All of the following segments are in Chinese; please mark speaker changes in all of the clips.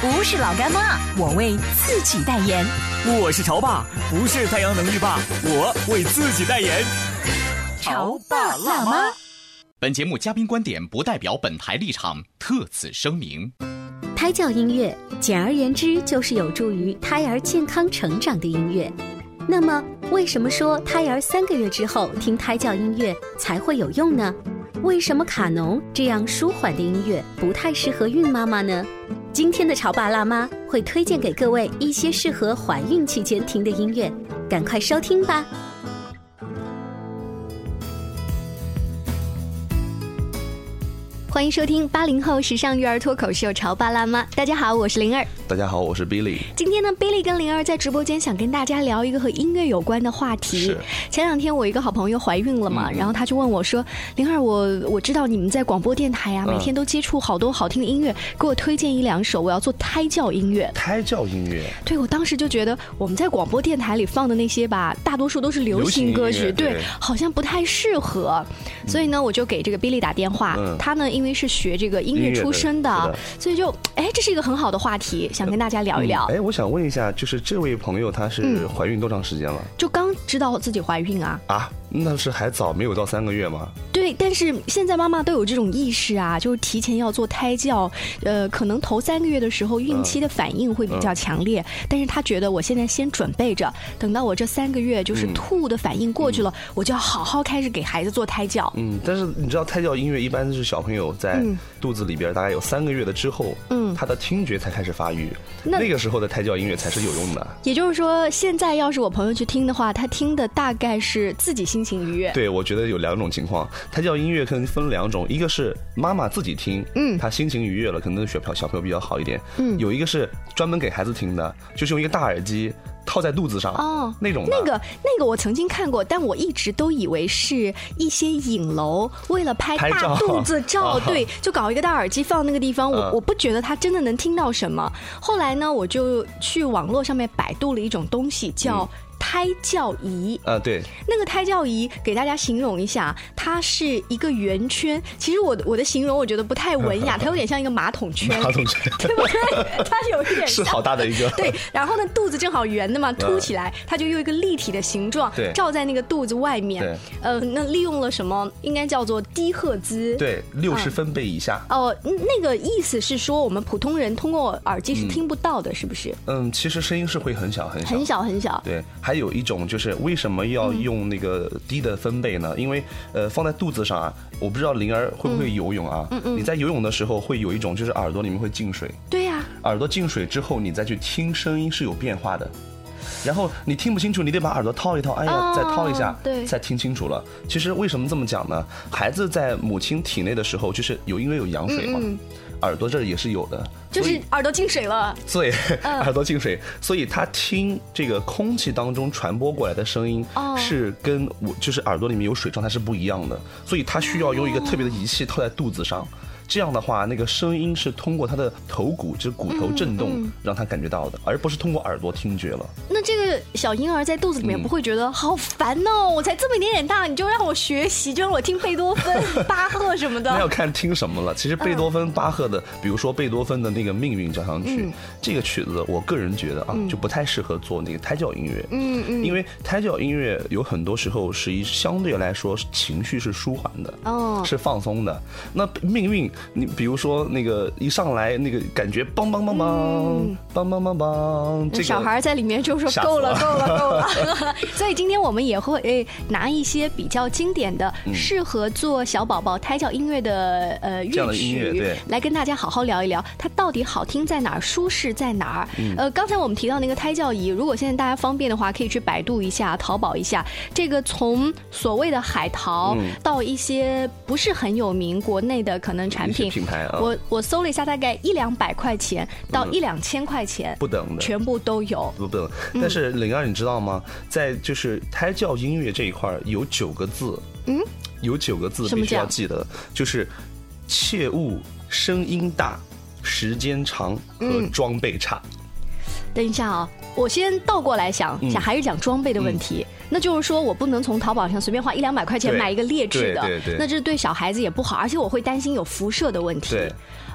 Speaker 1: 不是老干妈，我为自己代言。
Speaker 2: 我是潮爸，不是太阳能浴霸，我为自己代言。
Speaker 1: 潮爸辣妈。
Speaker 3: 本节目嘉宾观点不代表本台立场，特此声明。
Speaker 1: 胎教音乐，简而言之就是有助于胎儿健康成长的音乐。那么，为什么说胎儿三个月之后听胎教音乐才会有用呢？为什么卡农这样舒缓的音乐不太适合孕妈妈呢？今天的潮爸辣妈会推荐给各位一些适合怀孕期间听的音乐，赶快收听吧。
Speaker 4: 欢迎收听八零后时尚育儿脱口秀《潮爸辣妈》。大家好，我是灵儿。
Speaker 5: 大家好，我是 Billy。
Speaker 4: 今天呢，Billy 跟灵儿在直播间想跟大家聊一个和音乐有关的话题
Speaker 5: 是。嗯
Speaker 4: 前两天我一个好朋友怀孕了嘛，然后她就问我说：“灵儿，我我知道你们在广播电台呀、啊
Speaker 5: 嗯
Speaker 4: 每天都接触好多好听的音乐，给我推荐一两首，我要做胎教音乐。
Speaker 5: 胎教音乐，”
Speaker 4: 对，我当时就觉得我们在广播电台里放的那些吧，大多数都是流行歌
Speaker 5: 流行音
Speaker 4: 曲，
Speaker 5: 乐
Speaker 4: 对，
Speaker 5: 对
Speaker 4: 好像不太适合。所以呢，我就给这个 Billy 打电话，
Speaker 5: 嗯
Speaker 4: 他呢因为是学这个音
Speaker 5: 音
Speaker 4: 乐
Speaker 5: 乐的
Speaker 4: 出身的，
Speaker 5: 是的
Speaker 4: 所以就哎，这是一个很好的话题，想跟大家聊一聊。
Speaker 5: 哎，我想问一下，就是这位朋友她是
Speaker 4: 嗯
Speaker 5: 怀孕多长时间了？
Speaker 4: 就刚知道自己怀孕啊，
Speaker 5: 啊，那是还早，没有到三个月吗？
Speaker 4: 对，但是现在妈妈都有这种意识啊，就是提前要做胎教，呃，可能头三个月的时候孕期的反应会比较强烈，
Speaker 5: 嗯
Speaker 4: 但是她觉得我现在先准备着，等到我这三个月就是
Speaker 5: 嗯
Speaker 4: 吐的反应过去了，我就要好好开始给孩子做胎教。
Speaker 5: 嗯，但是你知道胎教音乐一般是小朋友在
Speaker 4: 嗯
Speaker 5: 肚子里边大概有三个月的之后，
Speaker 4: 嗯
Speaker 5: 他的听觉才开始发育，
Speaker 4: 那
Speaker 5: 那个时候的胎教音乐才是有用的。
Speaker 4: 也就是说，现在要是我朋友去听的话，他听的大概是自己心情愉悦。
Speaker 5: 对，我觉得有两种情况，胎教音乐可能分两种，一个是妈妈自己听，
Speaker 4: 嗯
Speaker 5: 她心情愉悦了，可能对小朋友小朋友比较好一点，
Speaker 4: 嗯
Speaker 5: 有一个是专门给孩子听的，就是用一个大耳机套在肚子上，
Speaker 4: 哦
Speaker 5: 那种的
Speaker 4: 那个那个我曾经看过，但我一直都以为是一些影楼为了拍
Speaker 5: 拍
Speaker 4: 大
Speaker 5: 照
Speaker 4: 肚子照，
Speaker 5: 啊
Speaker 4: 对，就搞一个大耳机放那个地方，我
Speaker 5: 嗯
Speaker 4: 我不觉得他真的能听到什么。后来呢，我就去网络上面百度了一种东西，
Speaker 5: 嗯
Speaker 4: 叫胎教仪。
Speaker 5: 啊，对，
Speaker 4: 那个胎教仪给大家形容一下，它是一个圆圈。其实我的我的形容我觉得不太文 雅，它有点像一个马桶圈，
Speaker 5: 马桶圈
Speaker 4: 对不 对？它有一点
Speaker 5: 是
Speaker 4: 像。
Speaker 5: 好大的一个，
Speaker 4: 对，然后呢，肚子正好圆的嘛，凸起来，它就用一个立体的形状
Speaker 5: 对
Speaker 4: 罩在那个肚子外面
Speaker 5: 对。
Speaker 4: 呃，那利用了什么？应该叫做低赫兹。。
Speaker 5: 对，六十分贝以下。
Speaker 4: 哦，那个意思是说，我们普通人通过耳机是听不到的，是不是？
Speaker 5: 嗯，其实声音是会很小很小。
Speaker 4: 很小很小。
Speaker 5: 对，还有一种就是为什么要用那个低的分贝呢？因为呃放在肚子上啊，我不知道灵儿会不
Speaker 4: 嗯
Speaker 5: 会游泳啊？你在游泳的时候会有一种就是耳朵里面会进水，
Speaker 4: 对呀、
Speaker 5: 耳朵进水之后你再去听声音是有变化的。然后你听不清楚，你得把耳朵掏一掏，哎呀，
Speaker 4: 哦
Speaker 5: 再掏一下，
Speaker 4: 对
Speaker 5: 再听清楚了。其实为什么这么讲呢？孩子在母亲体内的时候，就是有因为有羊水
Speaker 4: 嗯
Speaker 5: 嘛，耳朵这儿也是有的，
Speaker 4: 就
Speaker 5: 所以
Speaker 4: 是耳朵进水了。
Speaker 5: 对， 耳朵进水，所以他听这个空气当中传播过来的声音
Speaker 4: 哦
Speaker 5: 是跟我就是耳朵里面有水状态是不一样的，所以他需要用一个特别的仪器套在肚子上。这样的话，那个声音是通过他的头骨，就是骨头震动，让他感觉到的，而不是通过耳朵听觉了。
Speaker 4: 那这个小婴儿在肚子里
Speaker 5: 嗯
Speaker 4: 面不会觉得、好烦哦？我才这么一点点大，你就让我学习，就让我听贝多芬、 巴赫什么的。
Speaker 5: 那要看听什么了。其实贝多芬、巴赫的，比如说贝多芬的那个《命运交响曲》这个曲子，我个人觉得啊，就不太适合做那个胎教音乐。嗯嗯，因为胎教音乐有很多时候是一相对来说是情绪是舒缓的，
Speaker 4: 哦
Speaker 5: 是放松的。那命运你比如说那个一上来那个感觉，梆梆梆梆梆梆梆梆，这个
Speaker 4: 嗯小孩在里面就说
Speaker 5: 吓死
Speaker 4: 够
Speaker 5: 我
Speaker 4: 了，
Speaker 5: 了
Speaker 4: 够了，够了。 所以今天我们也会诶拿一些比较经典的、
Speaker 5: 嗯
Speaker 4: 适合做小宝宝胎教音乐的呃
Speaker 5: 这样
Speaker 4: 乐
Speaker 5: 的音乐
Speaker 4: 曲
Speaker 5: 对，
Speaker 4: 来跟大家好好聊一聊，它到底好听在哪儿，舒适在哪儿。
Speaker 5: 嗯
Speaker 4: 呃，刚才我们提到那个胎教仪，如果现在大家方便的话，可以去百度一下、淘宝一下。这个从所谓的海淘
Speaker 5: 嗯
Speaker 4: 到一些不是很有名国内的可能产
Speaker 5: 一些
Speaker 4: 品，
Speaker 5: 品牌嗯啊
Speaker 4: 我我搜了一下，大概一两百块钱到一两千块钱，
Speaker 5: 不等的。
Speaker 4: 全嗯部都有。
Speaker 5: 不不，但是玲儿，你知道吗？在就是胎教音乐这一块儿有九个字，
Speaker 4: 嗯，
Speaker 5: 有九个字
Speaker 4: 什么
Speaker 5: 必须要
Speaker 4: 叫
Speaker 5: 记得，就是切勿声音大、时间长和
Speaker 4: 嗯
Speaker 5: 装备差。
Speaker 4: 等一下啊、我先倒过来想，
Speaker 5: 嗯
Speaker 4: 想还是讲装备的问题。那就是说我不能从淘宝上随便花一两百块钱
Speaker 5: 对
Speaker 4: 买一个劣质的，
Speaker 5: 对对对
Speaker 4: 那这对小孩子也不好，而且我会担心有辐射的问题。
Speaker 5: 对，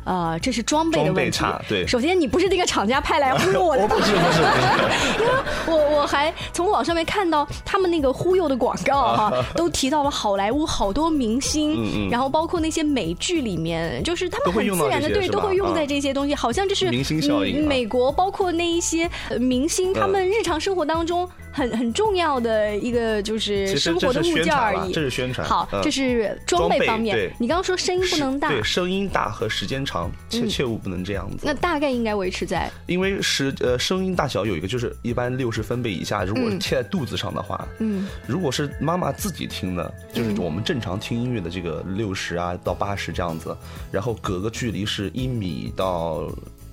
Speaker 4: 呃，这是装备的
Speaker 5: 装备
Speaker 4: 问题
Speaker 5: 差。对
Speaker 4: 首先你不是那个厂家派来忽悠我的，
Speaker 5: 不是不是不是，
Speaker 4: 因为我我还从网上面看到他们那个忽悠的广告哈、
Speaker 5: 啊
Speaker 4: 都提到了好莱坞好多明星，
Speaker 5: 嗯嗯
Speaker 4: 然后包括那些美剧里面，就是他们
Speaker 5: 都会
Speaker 4: 很
Speaker 5: 用
Speaker 4: 自
Speaker 5: 到
Speaker 4: 然的
Speaker 5: 这些
Speaker 4: 对
Speaker 5: 是
Speaker 4: 都
Speaker 5: 吧
Speaker 4: 会用
Speaker 5: 啊
Speaker 4: 在这些东西，好像这是
Speaker 5: 明星效应
Speaker 4: 嗯
Speaker 5: 啊嗯
Speaker 4: 美国包括那一些呃明星他们日常生活当中很很重要的一个就是
Speaker 5: 其
Speaker 4: 生
Speaker 5: 实
Speaker 4: 活
Speaker 5: 这
Speaker 4: 的
Speaker 5: 是
Speaker 4: 物
Speaker 5: 宣
Speaker 4: 件
Speaker 5: 传
Speaker 4: 而
Speaker 5: 了
Speaker 4: 已，。
Speaker 5: 这是宣传。
Speaker 4: 好，这
Speaker 5: 嗯
Speaker 4: 是装
Speaker 5: 装
Speaker 4: 备
Speaker 5: 备
Speaker 4: 方面
Speaker 5: 对。
Speaker 4: 你刚刚说声音不能大，嗯
Speaker 5: 对，声音大和时间长，切切勿不能这样子。
Speaker 4: 那大概应该维持在
Speaker 5: 因为时呃声音大小有一个，就是一般六十分贝以下，如果是
Speaker 4: 嗯
Speaker 5: 贴在肚子上的话，
Speaker 4: 嗯，
Speaker 5: 如果是妈妈自己听的，就是我们正常听音乐的这个六十啊到八十这样子，然后隔个距离是一米到。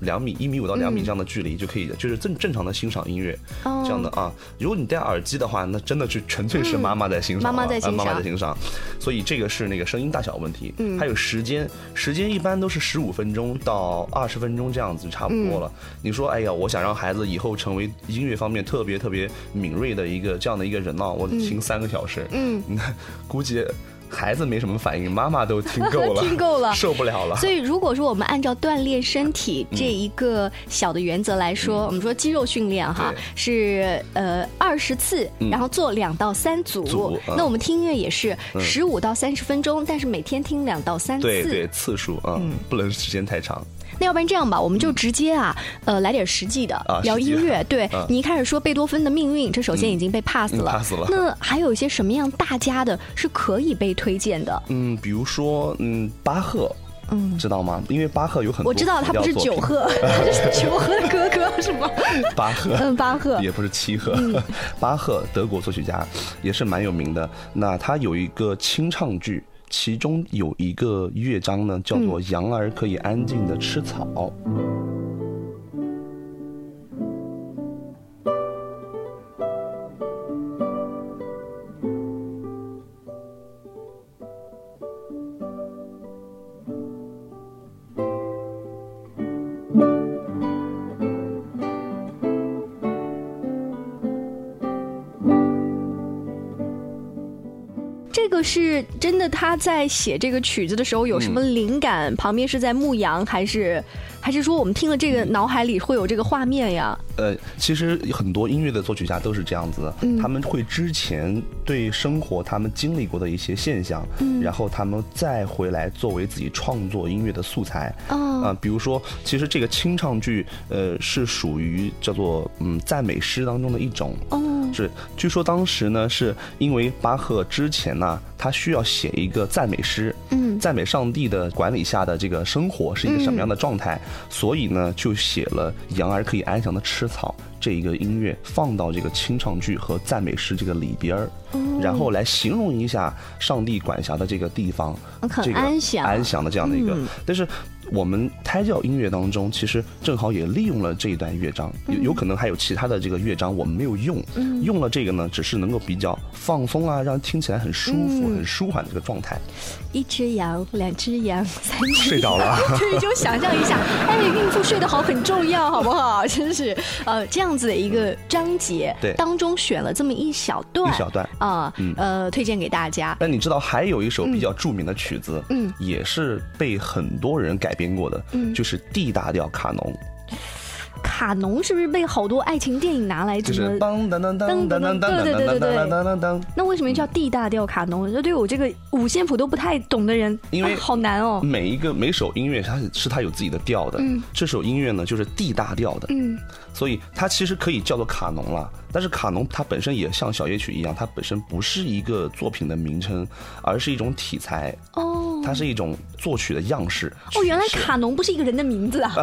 Speaker 5: 两米，一米五到
Speaker 4: 嗯
Speaker 5: 两米这样的距离就可以的，就是正正常的欣赏音乐、
Speaker 4: 哦嗯
Speaker 5: 这样的啊。如果你戴耳机的话，那真的就纯粹是妈妈在欣赏了、
Speaker 4: 妈妈在
Speaker 5: 呃
Speaker 4: 欣赏嗯
Speaker 5: 妈妈在欣赏。所以这个是那个声音大小问题，还有时间，时间一般都是十五分钟到二十分钟这样子就差不多了。
Speaker 4: 嗯
Speaker 5: 你说，哎呀，我想让孩子以后成为音乐方面特别特别敏锐的一个这样的一个人呢、我听三个小时，嗯，那 估计孩子没什么反应，妈妈都听够 了，
Speaker 4: 听够了
Speaker 5: 受不了了。
Speaker 4: 所以，如果说我们按照锻炼身体这一个小的原则来说，我们说肌肉训练哈
Speaker 5: 嗯对嗯
Speaker 4: 是呃二十次，然后做两到三组。
Speaker 5: 组啊
Speaker 4: 那我们听音乐也是十五到三十分钟，但是每天听两到三次。嗯
Speaker 5: 对对，次数啊，不能时间太长。
Speaker 4: 那要不然这样吧，我们就直接啊，呃，来点实际的、
Speaker 5: 嗯啊
Speaker 4: 聊
Speaker 5: 实际的
Speaker 4: 音乐。对、
Speaker 5: 啊
Speaker 4: 你一开始说贝多芬的命运，这首先已经被 pass 了。
Speaker 5: 嗯，pass 了
Speaker 4: 那还有一些什么样大家的是可以被推荐的？
Speaker 5: 嗯，比如说，嗯，巴赫。嗯，知道吗？因为巴赫有很多
Speaker 4: 我知道他不是
Speaker 5: 辅调
Speaker 4: 九
Speaker 5: 作 品，
Speaker 4: 赫，他是九赫的哥哥 是吗？
Speaker 5: 巴赫，
Speaker 4: 嗯，巴赫。
Speaker 5: 也不是七赫，
Speaker 4: 嗯
Speaker 5: 巴赫，德国作曲家，也是蛮有名的。那他有一个清唱剧，其中有一个乐章呢，叫
Speaker 4: 嗯
Speaker 5: 做《羊儿可以安静的吃草》。
Speaker 4: 这个是真的，他在写这个曲子的时候有什
Speaker 5: 嗯
Speaker 4: 么灵感？旁边是在牧羊，还是还是说我们听了这
Speaker 5: 嗯
Speaker 4: 个脑海里会有这个画面呀？
Speaker 5: 呃，其实很多音乐的作曲家都是这样子的，
Speaker 4: 嗯
Speaker 5: 他们会之前对生活他们经历过的一些现象，
Speaker 4: 嗯
Speaker 5: 然后他们再回来作为自己创作音乐的素材。啊、
Speaker 1: 嗯
Speaker 4: 哦
Speaker 5: 比如说，其实这个清唱剧，呃，是属于叫做嗯赞美诗当中的一种。
Speaker 4: 哦
Speaker 5: 是，据说当时呢，是因为巴赫之前呢、他需要写一个赞美诗，
Speaker 4: 嗯
Speaker 5: 赞美上帝的管理下的这个生活是一个什么样的状态，所以呢，就写了《羊儿可以安详的吃草》这一个音乐放到这个清唱剧和赞美诗这个里边儿，然后来形容一下上帝管辖的这个地方，
Speaker 4: 哦很
Speaker 5: 这个
Speaker 4: 安详
Speaker 5: 安详的这样的一个，但是。我们胎教音乐当中，其实正好也利用了这一段乐章，有有可能还有其他的这个乐章我们没有用，用了这个呢，只是能够比较放松啊，让听起来很舒服、很舒缓的这个状态。
Speaker 4: 一只羊，两只羊，三只 羊
Speaker 5: 睡着了
Speaker 4: 对，就想象一下，哎，孕妇睡得好很重要，好不好？ 真是，呃，这样子的一个章节，
Speaker 5: 对
Speaker 4: 当中选了这么一小段，
Speaker 5: 一小嗯段
Speaker 4: 啊，呃，推荐给大家。
Speaker 5: 但你知道还有一首比较著名的曲子，
Speaker 4: 嗯，
Speaker 5: 也是被很多人改编过的，嗯、就是 D 大调卡农。
Speaker 4: 卡农是不是被好多爱情电影拿来怎
Speaker 5: 就是
Speaker 4: 么？
Speaker 5: 当当当当当当当当当当当当当。
Speaker 4: 那为什么叫
Speaker 5: 嗯
Speaker 4: D 大调卡农？那对我这个五线谱都不太懂的人，
Speaker 5: 因为
Speaker 4: 啊好难哦。
Speaker 5: 每一个每首音乐它是它有自己的调的，这首音乐呢就是 D 大调的，
Speaker 4: 嗯，
Speaker 5: 所以它其实可以叫做卡农了。但是卡农它本身也像小夜曲一样，它本身不是一个作品的名称，而是一种题材，
Speaker 4: 哦
Speaker 5: 它是一种作曲的样式。
Speaker 4: 哦，原来
Speaker 5: 曲式
Speaker 4: 卡农不是一个人的名字啊！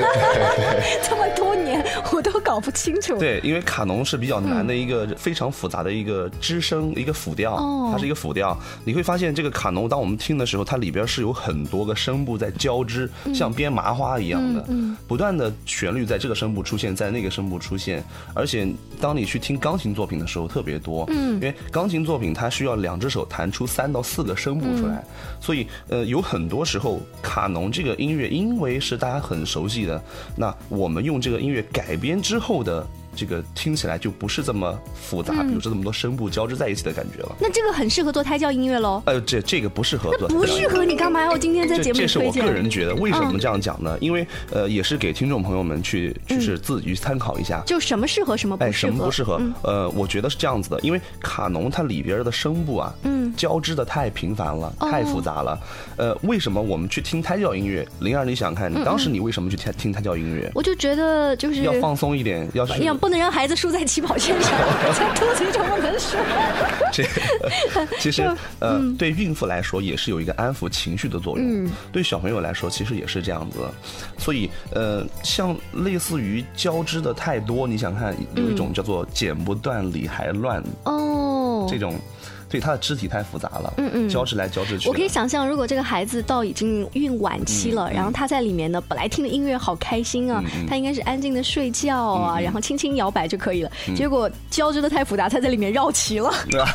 Speaker 4: 这么多年我都搞不清楚。
Speaker 5: 对，因为卡农是比较难的
Speaker 4: 嗯
Speaker 5: 一个非常复杂的一个支声，一个辅调
Speaker 4: 哦，
Speaker 5: 它是一个辅调。你会发现这个卡农，当我们听的时候，它里边是有很多个声部在交织，像编麻花一样的，不断的旋律在这个声部出现，在那个声部出现。而且当你去听钢琴作品的时候，特别多，因为钢琴作品它需要两只手弹出三到四个声部出来，所以呃，有很多时候卡农这个音乐，因为是大家很熟悉的，那我们用这个音乐改编之后的。这个听起来就不是这么复杂，比如说这么多声部交织在一起的感觉了。
Speaker 4: 那这个很适合做胎教音乐喽。
Speaker 5: 呃，这这个不适合做，
Speaker 4: 不适合你，干嘛要今天在
Speaker 5: 这
Speaker 4: 节目
Speaker 5: 这
Speaker 4: 里
Speaker 5: 是我
Speaker 4: 推荐？嗯
Speaker 5: 个人觉得，为什么这样讲呢？因为呃，也是给听众朋友们去就是自己去参考一下。
Speaker 4: 嗯就什么适合，什么不适
Speaker 5: 哎，
Speaker 4: 合。嗯
Speaker 5: 什么不适合？呃，我觉得是这样子的，因为卡农它里边的声部啊，嗯，交织的太频繁了，
Speaker 4: 哦
Speaker 5: 太复杂了。呃，为什么我们去听胎教音乐？灵儿，你想看，你当时你为什么去听听胎教音乐？
Speaker 4: 嗯我就觉得就是
Speaker 5: 要放松一点，要
Speaker 4: 哎
Speaker 5: 是
Speaker 4: 呀，不能让孩子输在起跑线上， 在肚子中不能输。
Speaker 5: 这 个其实呃，
Speaker 4: 嗯
Speaker 5: 对孕妇来说也是有一个安抚情绪的作用，对小朋友来说其实也是这样子的。所以呃，像类似于交织的太多，你想看有一种叫做剪不断理还乱
Speaker 4: 哦
Speaker 5: 这，种，对它的肢体太复杂了，嗯嗯，交织来交织去
Speaker 4: 我可以
Speaker 5: 的。
Speaker 4: 想象，如果这个孩子到已经孕晚期
Speaker 5: 嗯
Speaker 4: 了，然后他在里面呢，本来听着音乐好开心啊，他应该是安静的睡觉
Speaker 5: 嗯
Speaker 4: 啊，然后轻轻摇摆就可以了。结果交织的太复杂，他在里面绕棋了。
Speaker 5: 对吧？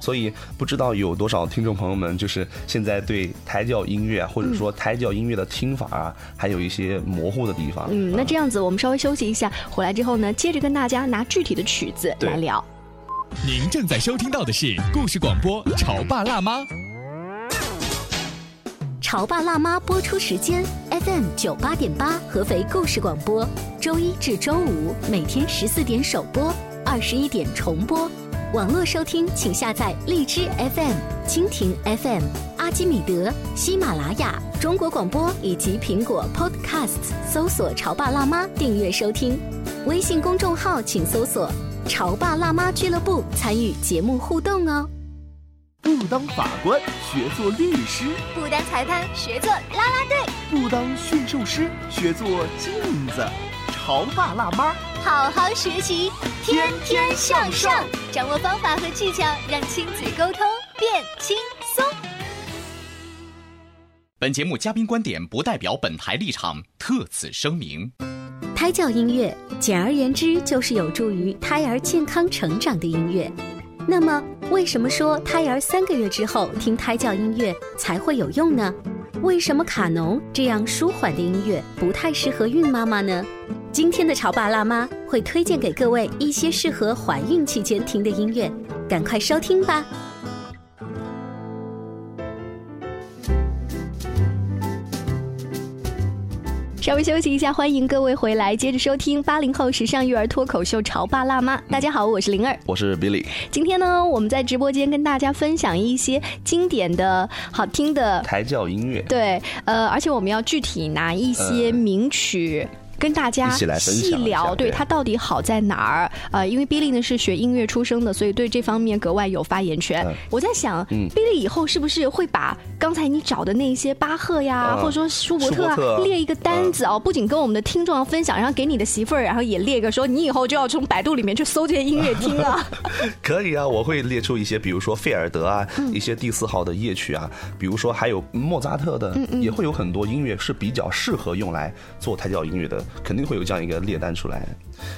Speaker 5: 所以不知道有多少听众朋友们，就是现在对胎教音乐啊，或者
Speaker 4: 嗯
Speaker 5: 说胎教音乐的听法啊，还有一些模糊的地方。
Speaker 4: 嗯，那这样子，我们稍微休息一下，回来之后呢，接着跟大家拿具体的曲子
Speaker 5: 对
Speaker 4: 来聊。
Speaker 2: 您正在收听到的是故事广播《潮爸辣妈》。
Speaker 1: 《潮爸辣妈》播出时间：FM 九八点八，合肥故事广播，周一至周五每天十四点首播，二十一点重播。网络收听，请下载荔枝 FM、蜻蜓 FM、阿基米德、喜马拉雅、中国广播以及苹果 Podcasts，搜索“潮爸辣妈”订阅收听。微信公众号请搜索“潮爸辣妈俱乐部”，参与节目互动哦。
Speaker 6: 不当法官，学做律师；
Speaker 7: 不当裁判，学做啦啦队，
Speaker 6: 不当驯兽师，学做镜子。潮爸辣妈，
Speaker 7: 好好学习，天天向上，掌握方法和技巧，让亲子沟通变轻松。
Speaker 3: 本节目嘉宾观点不代表本台立场，特此声明。
Speaker 1: 胎教音乐，简而言之就是有助于胎儿健康成长的音乐。那么，为什么说胎儿三个月之后听胎教音乐才会有用呢？为什么卡农这样舒缓的音乐不太适合孕妈妈呢？今天的潮爸辣妈会推荐给各位一些适合怀孕期间听的音乐，赶快收听吧。
Speaker 4: 稍微休息一下，欢迎各位回来，接着收听八零后时尚育儿脱口秀《潮爸辣
Speaker 5: 嗯
Speaker 4: 妈》。大家好，我是灵儿。
Speaker 5: 呃我 是 Billy，
Speaker 4: 今天呢，我们在直播间跟大家分享一些经典的好听的，
Speaker 5: 胎教音乐。
Speaker 4: 对，呃，而且我们要具体拿一些名曲。跟大家
Speaker 5: 一起来分享一
Speaker 4: 细
Speaker 5: 下
Speaker 4: 聊，对
Speaker 5: 对
Speaker 4: 它到底好在哪儿？呃，因为 Billy 呢是学音乐出身的，所以对这方面格外有发言权。
Speaker 5: 嗯
Speaker 4: 我在想、
Speaker 5: 嗯
Speaker 4: b i l l y 以后是不是会把刚才你找的那些巴赫呀，
Speaker 5: 嗯
Speaker 4: 或者说舒伯特啊
Speaker 5: 舒伯特啊
Speaker 4: 列一个单子哦，不仅跟我们的听众要分享，然后给你的媳妇儿，然后也列一个说你以后就要从百度里面去搜这些音乐听啊。
Speaker 5: 可以啊，我会列出一些，比如说费尔德啊，
Speaker 4: 嗯
Speaker 5: 一些第四号的夜曲啊，比如说还有莫扎特的，
Speaker 4: 嗯
Speaker 5: 也会有很多音乐是比较适合用来做胎教音乐的，肯定会有这样一个列单出来。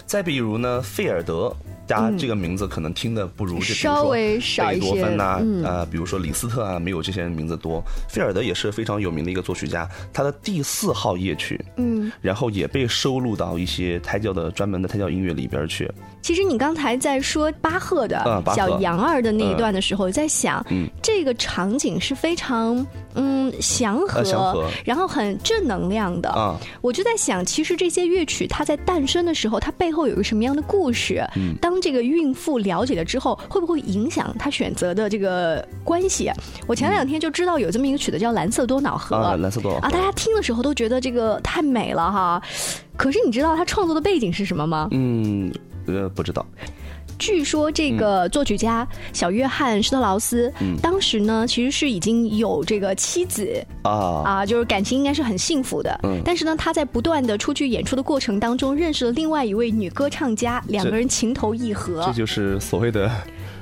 Speaker 5: 再比如呢，费尔德。大家这个名字可能听的 不如，就比如说
Speaker 4: 稍微少一
Speaker 5: 贝多
Speaker 4: 些嗯
Speaker 5: 芬呐、啊，呃，比如说李斯特啊，没有这些人名字多。费尔德也是非常有名的一个作曲家，他的第四号夜曲，嗯，然后也被收录到一些胎教的专门的胎教音乐里边去。
Speaker 4: 其实你刚才在说巴赫的、
Speaker 5: 嗯巴赫
Speaker 4: 小羊儿的那一段的时候，在想、
Speaker 5: 嗯
Speaker 4: 这个场景是非常嗯祥和，
Speaker 5: 呃祥和
Speaker 4: 然后很正能量的。
Speaker 5: 啊，
Speaker 4: 我就在想，其实这些乐曲它在诞生的时候，它背后有一个什么样的故事？
Speaker 5: 嗯
Speaker 4: 当这个孕妇了解了之后，会不会影响她选择的这个关系？我前两天就知道有这么一个曲子叫《蓝色多瑙河》
Speaker 5: 啊，蓝色多少？
Speaker 4: 啊，大家听的时候都觉得这个太美了哈。可是你知道它创作的背景是什么吗？
Speaker 5: 嗯，呃，不知道，
Speaker 4: 据说这个作曲家小约翰施特劳斯，
Speaker 5: 嗯
Speaker 4: 当时呢其实是已经有这个妻子
Speaker 5: 啊，
Speaker 4: 啊，就是感情应该是很幸福的。
Speaker 5: 嗯
Speaker 4: 但是呢，他在不断的出去演出的过程当中，认识了另外一位女歌唱家，两个人情投意合
Speaker 5: 这。就是所谓 的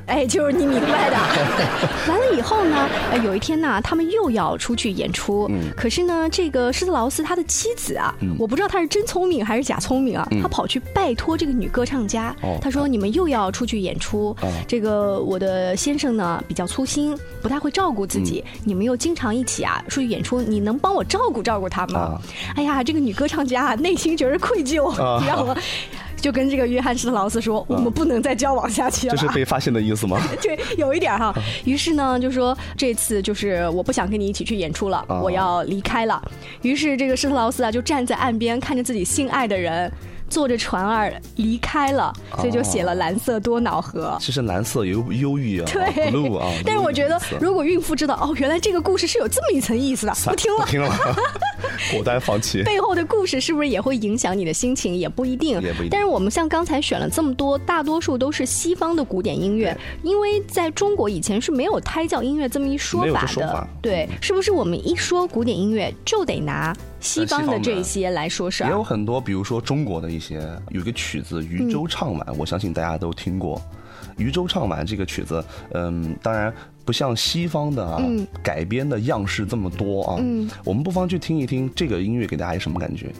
Speaker 4: 哎，就是你明白的。 完了以后呢，呃，有一天呢，他们又要出去演出。
Speaker 5: 嗯
Speaker 4: 可是呢，这个施特劳斯他的妻子啊，
Speaker 5: 嗯
Speaker 4: 我不知道他是真聪明还是假聪明啊，
Speaker 5: 嗯
Speaker 4: 他跑去拜托这个女歌唱家，
Speaker 5: 哦
Speaker 4: 他说：“你们又要出去演出，
Speaker 5: 啊
Speaker 4: 这个我的先生呢比较粗心，不太会照顾自己，
Speaker 5: 嗯
Speaker 4: 你们又经常一起啊出去演出，你能帮我照顾照顾他吗？”
Speaker 5: 啊
Speaker 4: 哎呀，这个女歌唱家啊，内心觉得愧疚，
Speaker 5: 啊
Speaker 4: 你知道吗？就跟这个约翰施特劳斯说：“我们不能再交往下去了。”
Speaker 5: 这是被发现的意思 吗？
Speaker 4: 对，有一点儿哈。于是呢，就说这次就是我不想跟你一起去演出了，
Speaker 5: 哦
Speaker 4: 我要离开了。于是这个施特劳斯啊，就站在岸边看着自己心爱的人坐着船儿离开了，所以就写了《蓝色多瑙河》。
Speaker 5: 其实蓝色有忧郁啊
Speaker 4: 对
Speaker 5: ，blue 啊。
Speaker 4: 但是
Speaker 5: blue
Speaker 4: 我觉得
Speaker 5: 的意思，
Speaker 4: 如果孕妇知道哦，原来这个故事是有这么一层意思的，不听了
Speaker 5: 不。听了，果断放 弃。
Speaker 4: 背后的故事是不是也会影响你的心情？也不一定。
Speaker 5: 也不一定
Speaker 4: 但是我们像刚才选了这么多，大多数都是西方的古典音乐，因为在中国以前是没有胎教音乐这么一说
Speaker 5: 没有
Speaker 4: 法
Speaker 5: 这
Speaker 4: 的。
Speaker 5: 说法
Speaker 4: 对，是不是我们一说古典音乐就得拿
Speaker 5: 呃
Speaker 4: 西方的这些来说事
Speaker 5: 也有
Speaker 4: 儿？
Speaker 5: 很多，比如说中国的一些，有一个曲子《渔舟唱晚》，我相信大家都听过。《渔舟唱晚》这个曲子，嗯，当然不像西方的啊、
Speaker 4: 嗯
Speaker 5: 改编的样式这么多啊。
Speaker 4: 嗯，
Speaker 5: 我们不妨去听一听这个音乐给大家有什么感觉？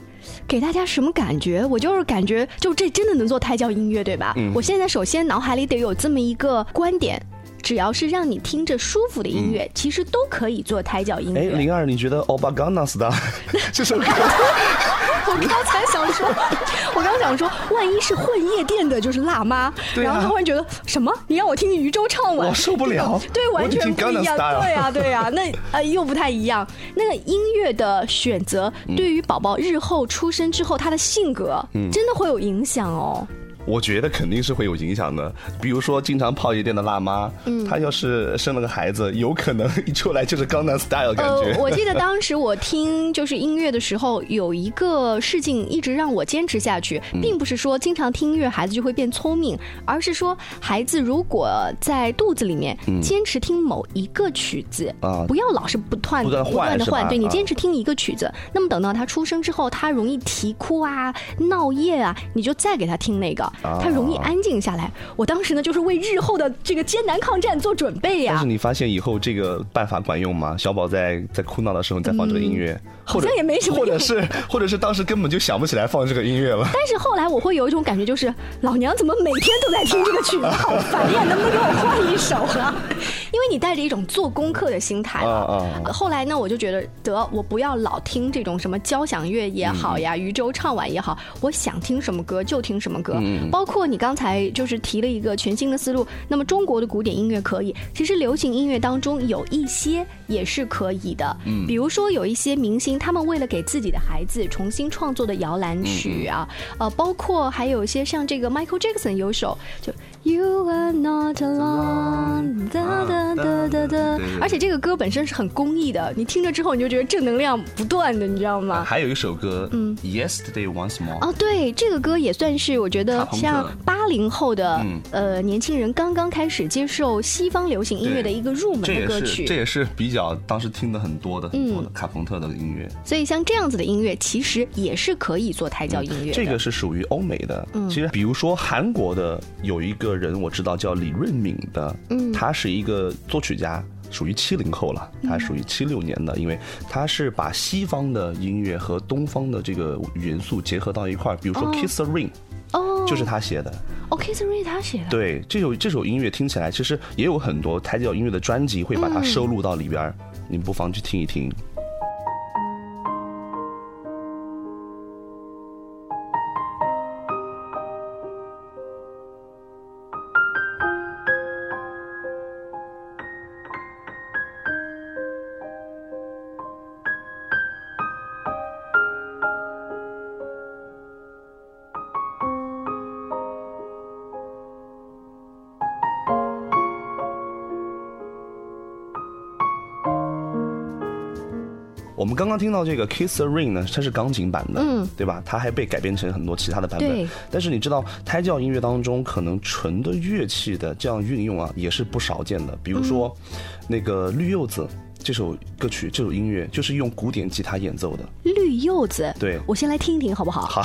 Speaker 4: 给大家什么感觉？我就是感觉，就这真的能做胎教音乐，对吧？
Speaker 5: 嗯
Speaker 4: 我现在首先脑海里得有这么一个观点。只要是让你听着舒服的音乐，其实都可以做胎教音
Speaker 5: 嗯哎，
Speaker 4: 乐。
Speaker 5: 灵儿，你觉得《欧巴 g a n a s 的这首歌？
Speaker 4: 我刚才想说，我刚想说，万一是混夜店的，就是辣妈，
Speaker 5: 对啊
Speaker 4: 然后他会觉得什么？你让我听渔舟唱晚，
Speaker 5: 我受不了
Speaker 4: 对，
Speaker 5: 我
Speaker 4: 完
Speaker 5: 得
Speaker 4: 全
Speaker 5: 听
Speaker 4: 不一
Speaker 5: Gangnam
Speaker 4: 样，
Speaker 5: Style
Speaker 4: 对呀，对呀，那呃又不太一样。那个音乐的选择，
Speaker 5: 嗯
Speaker 4: 对于宝宝日后出生之后他的性格，真的会有影响哦。
Speaker 5: 我觉得肯定是会有影响的。比如说，经常泡夜店的辣妈，
Speaker 4: 嗯
Speaker 5: 她要是生了个孩子，有可能一出来就是《江南 Style》感觉。
Speaker 4: 呃我记得当时我听就是音乐的时候，有一个事情一直让我坚持下去，
Speaker 5: 嗯
Speaker 4: 并不是说经常听音乐孩子就会变聪明，而是说孩子如果在肚子里面坚持听某一个曲子，
Speaker 5: 嗯啊
Speaker 4: 不要老是不断
Speaker 5: 不断换
Speaker 4: 的
Speaker 5: 是吧
Speaker 4: 换，对你
Speaker 5: 啊
Speaker 4: 坚持听一个曲子，那么等到他出生之后，他容易啼哭啊、闹夜啊，你就再给他听那个，
Speaker 5: 啊
Speaker 4: 他容易安静下来。我当时呢，就是为日后的这个艰难抗战做准备呀、
Speaker 5: 但是你发现以后这个办法管用吗？小宝在在哭闹的时候，你再放这个音乐，或
Speaker 4: 嗯好
Speaker 5: 者
Speaker 4: 像也没什么
Speaker 5: 或者
Speaker 4: 用哎
Speaker 5: 是或者是当时根本就想不起来放这个音乐了。
Speaker 4: 但是后来我会有一种感觉，就是老娘怎么每天都在听这个曲子，好烦呀！能不能给我换一首啊？因为你带着一种做功课的心态了。
Speaker 5: 啊啊
Speaker 4: 后来呢，我就觉得得我不要老听这种什么交响乐也
Speaker 5: 嗯
Speaker 4: 好呀，渔舟唱晚也好，我想听什么歌就听什么歌。
Speaker 5: 嗯
Speaker 4: 包括你刚才就是提了一个全新的思路，那么中国的古典音乐可以，其实流行音乐当中有一些也是可以的，
Speaker 5: 嗯
Speaker 4: 比如说有一些明星，他们为了给自己的孩子重新创作的摇篮曲啊，
Speaker 5: 嗯
Speaker 4: 呃，包括还有一些像这个 Michael Jackson 有一首就 You are not alone，哒哒哒哒哒
Speaker 5: 啊对对，
Speaker 4: 而且这个歌本身是很公益的，你听着之后你就觉得正能量不断的，你知道吗？
Speaker 5: 还有一首歌，嗯，Yesterday Once More，、
Speaker 4: 哦，对，这个歌也算是我觉得
Speaker 5: 卡朋克
Speaker 4: 像八零后的、
Speaker 5: 嗯
Speaker 4: 呃年轻人刚刚开始接受西方流行音乐的一个入门
Speaker 5: 这
Speaker 4: 的
Speaker 5: 也
Speaker 4: 歌
Speaker 5: 是这
Speaker 4: 曲，嗯
Speaker 5: 也是比较当时听的很多的很多的卡朋特的音乐。
Speaker 4: 所以像这样子的音乐其实也是可以做胎教音乐的。
Speaker 5: 嗯这个是属于欧美的。
Speaker 4: 嗯
Speaker 5: 其实，比如说韩国的有一个人我知道叫李润敏的，
Speaker 4: 嗯
Speaker 5: 他是一个作曲家，属于七零后了，
Speaker 4: 嗯
Speaker 5: 他属于七六年的，因为他是把西方的音乐和东方的这个元素结合到一块儿，比如说
Speaker 4: 哦
Speaker 5: 《Kiss the Ring》
Speaker 4: 哦，
Speaker 5: 就是他写的。
Speaker 4: OK s i r i 哦他写的，
Speaker 5: 对，这首这首音乐听起来其实也有很多胎教音乐的专辑会
Speaker 4: 嗯
Speaker 5: 把它收录到里边儿，你不妨去听一听。
Speaker 8: Thank
Speaker 5: 我们刚刚听到这个《Kiss the Ring》呢，它是钢琴版的，
Speaker 4: 嗯
Speaker 5: 对吧？它还被改编成很多其他的版本
Speaker 4: 对。
Speaker 5: 但是你知道，胎教音乐当中可能纯的乐器的这样运用啊，也是不少见的。比如说，
Speaker 4: 嗯
Speaker 5: 那个《绿柚子》这首歌曲，这首音乐就是用古典吉他演奏的。
Speaker 4: 绿柚子，
Speaker 5: 对
Speaker 4: 我先来听一听好不好？
Speaker 5: 好，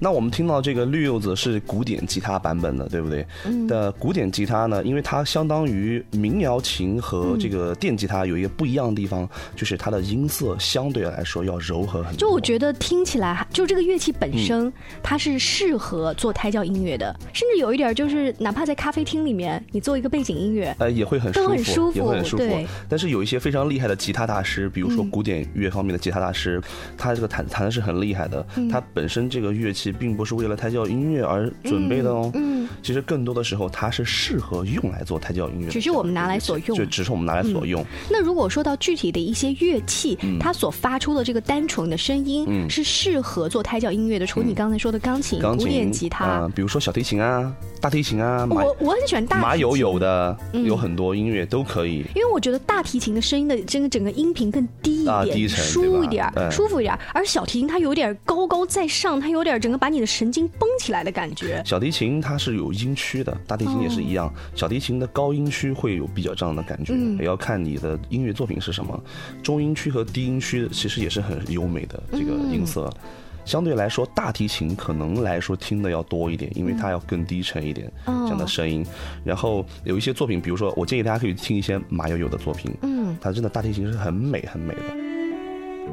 Speaker 5: 那我们听到这个《绿柚子》是古典吉他版本的，对不对？
Speaker 4: 嗯
Speaker 5: 的古典吉他呢，因为它相当于民谣琴和
Speaker 4: 嗯
Speaker 5: 这个电吉他有一个不一样的地方，就是它的音色相对来说要柔和很多。
Speaker 4: 就我觉得听起来，就这个乐器本身，
Speaker 5: 嗯
Speaker 4: 它是适合做胎教音乐的，甚至有一点就是，哪怕在咖啡厅里面，你做一个背景音乐，
Speaker 5: 呃，也会很舒
Speaker 4: 都
Speaker 5: 服，
Speaker 4: 很舒
Speaker 5: 也会很
Speaker 4: 服
Speaker 5: 舒
Speaker 4: 对嗯
Speaker 5: 服。但是有一些非常厉害的吉他大师，比如说古典乐方面的吉他大师，他这个弹弹的是很厉害的。
Speaker 4: 嗯
Speaker 5: 他本身这个乐器并不是为了胎教音乐而准备的哦。
Speaker 4: 嗯，
Speaker 5: 其实更多的时候，它是适合用来做胎教音乐的这样的乐器，
Speaker 4: 只是我们拿来所用嗯
Speaker 5: 就只是我们拿来所用。
Speaker 4: 那如果说到具体的一些乐器，
Speaker 5: 嗯
Speaker 4: 它所发出的这个单纯的声音、是适合做胎教音乐的，除了你刚才说的钢琴、
Speaker 5: 嗯钢
Speaker 4: 嗯
Speaker 5: 琴、
Speaker 4: 古典吉他，
Speaker 5: 嗯比如说小提琴啊、大提琴啊、马
Speaker 4: 我我很喜欢大提琴
Speaker 5: 马友友的，
Speaker 4: 嗯
Speaker 5: 有很多音乐都可以。
Speaker 4: 因为我觉得大提琴的声音的这个整个音频更低一点，
Speaker 5: 啊低沉
Speaker 4: 舒
Speaker 5: 对吧
Speaker 4: 服一点儿，
Speaker 5: 嗯
Speaker 4: 舒服一点儿。而小提琴它有点高高在上，它有点整个把你的神经绷起来的感觉。
Speaker 5: 小提琴它是有音区的，大提琴也是一样。小提琴的高音区会有比较这样的感觉，也要看你的音乐作品是什么。中音区和低音区其实也是很优美的这个音色。相对来说，大提琴可能来说听的要多一点，因为它要更低沉一点、这样的声音。然后有一些作品，比如说，我建议大家可以听一些马友友的作品，嗯，它真的大提琴是很美很美的。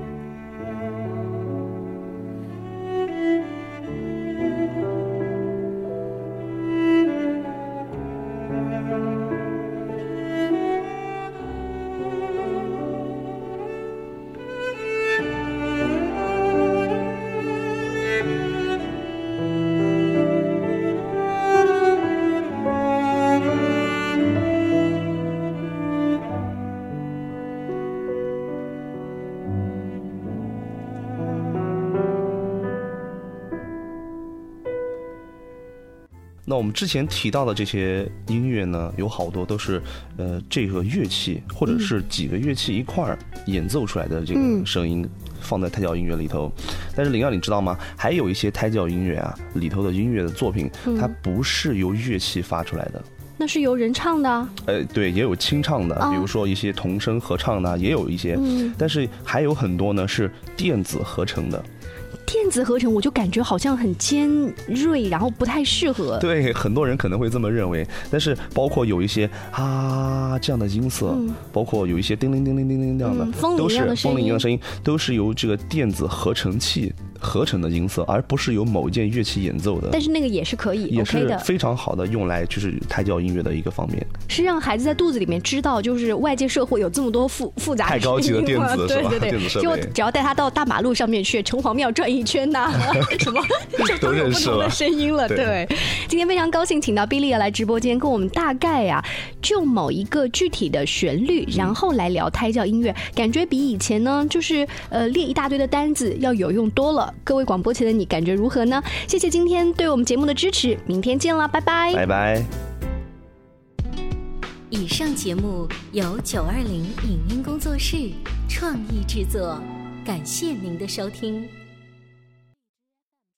Speaker 5: 那我们之前提到的这些音乐呢，有好多都是呃这个乐器或者是几个乐器一块儿演奏出来的这个声音，放在胎教音乐里头。但是灵儿，你知道吗？还有一些胎教音乐啊里头的音乐的作品，它不是由乐器发出来的。
Speaker 4: 那是由人唱的啊，
Speaker 5: 呃，对，也有清唱的，比如说一些童声合唱的啊，也有一些，但是还有很多呢是电子合成的。
Speaker 4: 电子合成我就感觉好像很尖锐，然后不太适合。
Speaker 5: 对，很多人可能会这么认为，但是包括有一些啊这样的音色，包括有一些叮铃叮铃叮铃这样的，
Speaker 4: 嗯风铃
Speaker 5: 都
Speaker 4: 一样
Speaker 5: 是
Speaker 4: 的声
Speaker 5: 风铃一
Speaker 4: 音
Speaker 5: 样的声音，都是由这个电子合成器合成的音色，而不是由某一件乐器演奏的。
Speaker 4: 但是那个也是可以
Speaker 5: 也
Speaker 4: OK
Speaker 5: 是
Speaker 4: 的，
Speaker 5: 非常好的用来就是胎教音乐的一个方面。
Speaker 4: 是让孩子在肚子里面知道，就是外界社会有这么多复复杂的
Speaker 5: 太高级
Speaker 4: 事
Speaker 5: 的
Speaker 4: 情
Speaker 5: 电子
Speaker 4: 嘛
Speaker 5: 是吧
Speaker 4: 对对
Speaker 5: 电子设
Speaker 4: 对，
Speaker 5: 备
Speaker 4: 就只要带他到大马路上面去，城隍庙转一圈 呐、什么就
Speaker 5: 都
Speaker 4: 都有
Speaker 5: 认
Speaker 4: 不
Speaker 5: 识
Speaker 4: 同
Speaker 5: 了
Speaker 4: 的声音了。
Speaker 5: 对
Speaker 4: 对，今天非常高兴请到 Billy 来直播间，跟我们大概呀、就某一个具体的旋律，然后来聊胎教音乐，感觉比以前呢，就是呃列一大堆的单子要有用多了。各位广播前的你感觉如何呢？谢谢今天对我们节目的支持，明天见啦，拜拜。
Speaker 5: 拜拜。
Speaker 1: 以上节目由九二零影音工作室创意制作，感谢您的收听。